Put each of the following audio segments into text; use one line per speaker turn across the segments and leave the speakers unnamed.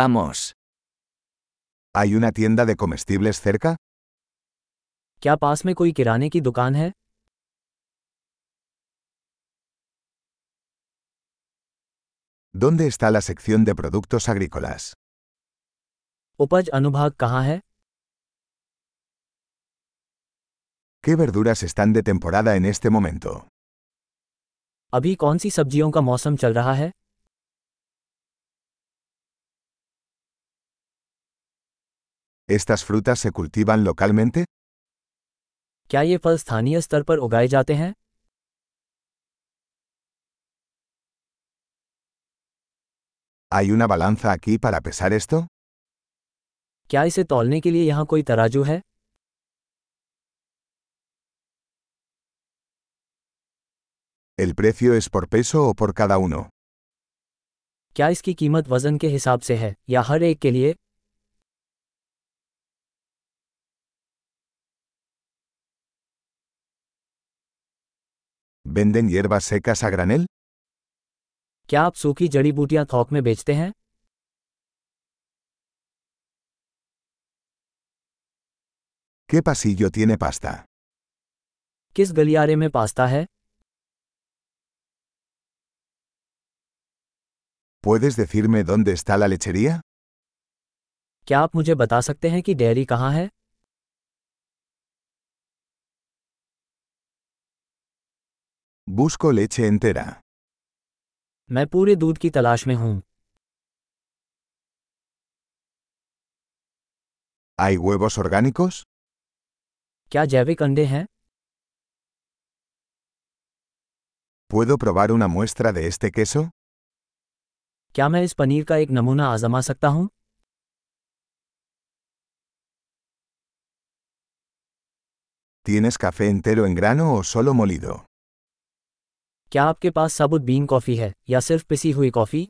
Vamos.
¿Hay una tienda de comestibles cerca?
क्या पास में कोई किराने की दुकान है
¿Dónde está la sección de productos agrícolas?
उपज अनुभाग कहाँ है
¿Qué verduras están de temporada en este momento?
अभी कौन सी सब्जियों का मौसम चल रहा है
¿Estas frutas se cultivan localmente?
क्या ये फल स्थानीय स्तर पर उगाए जाते हैं
¿Hay una balanza aquí para pesar esto?
क्या इसे तौलने के लिए यहाँ कोई तराजू है
¿El precio es por peso o por cada uno?
क्या इसकी कीमत वजन के हिसाब से है या हर एक के लिए
¿Venden hierbas secas a granel?
क्या आप सूखी जड़ी बूटियां थोक में बेचते हैं
¿Qué pasillo tiene pasta?
किस गलियारे में पास्ता है
¿Puedes decirme dónde está la lechería?
क्या आप मुझे बता सकते हैं कि डेयरी कहाँ है
Busco leche entera.
मैं पूरे दूध की तलाश में हूँ
¿Hay huevos orgánicos?
क्या जैविक अंडे हैं
¿Puedo probar una muestra de este queso?
क्या मैं इस पनीर का एक नमूना आजमा सकता हूँ
¿Tienes café entero en grano o solo molido?
क्या आपके पास साबुत बीन कॉफ़ी है या सिर्फ पिसी हुई कॉफ़ी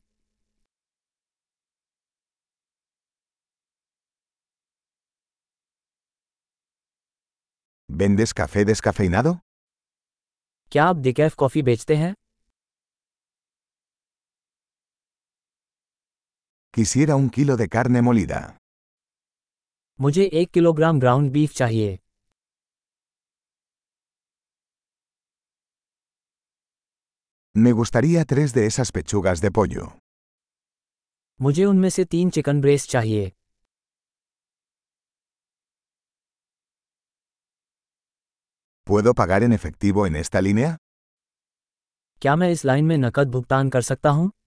¿Vendes café descafeinado?
क्या आप डिकैफ कॉफ़ी बेचते हैं
Quisiera un kilo de carne molida.
मुझे एक किलोग्राम ग्राउंड बीफ चाहिए
Me gustaría tres de esas pechugas de pollo.
मुझे उनमें से तीन चिकन ब्रेस्ट चाहिए
¿Puedo pagar en efectivo en esta línea?
क्या मैं इस लाइन में नकद भुगतान कर सकता हूँ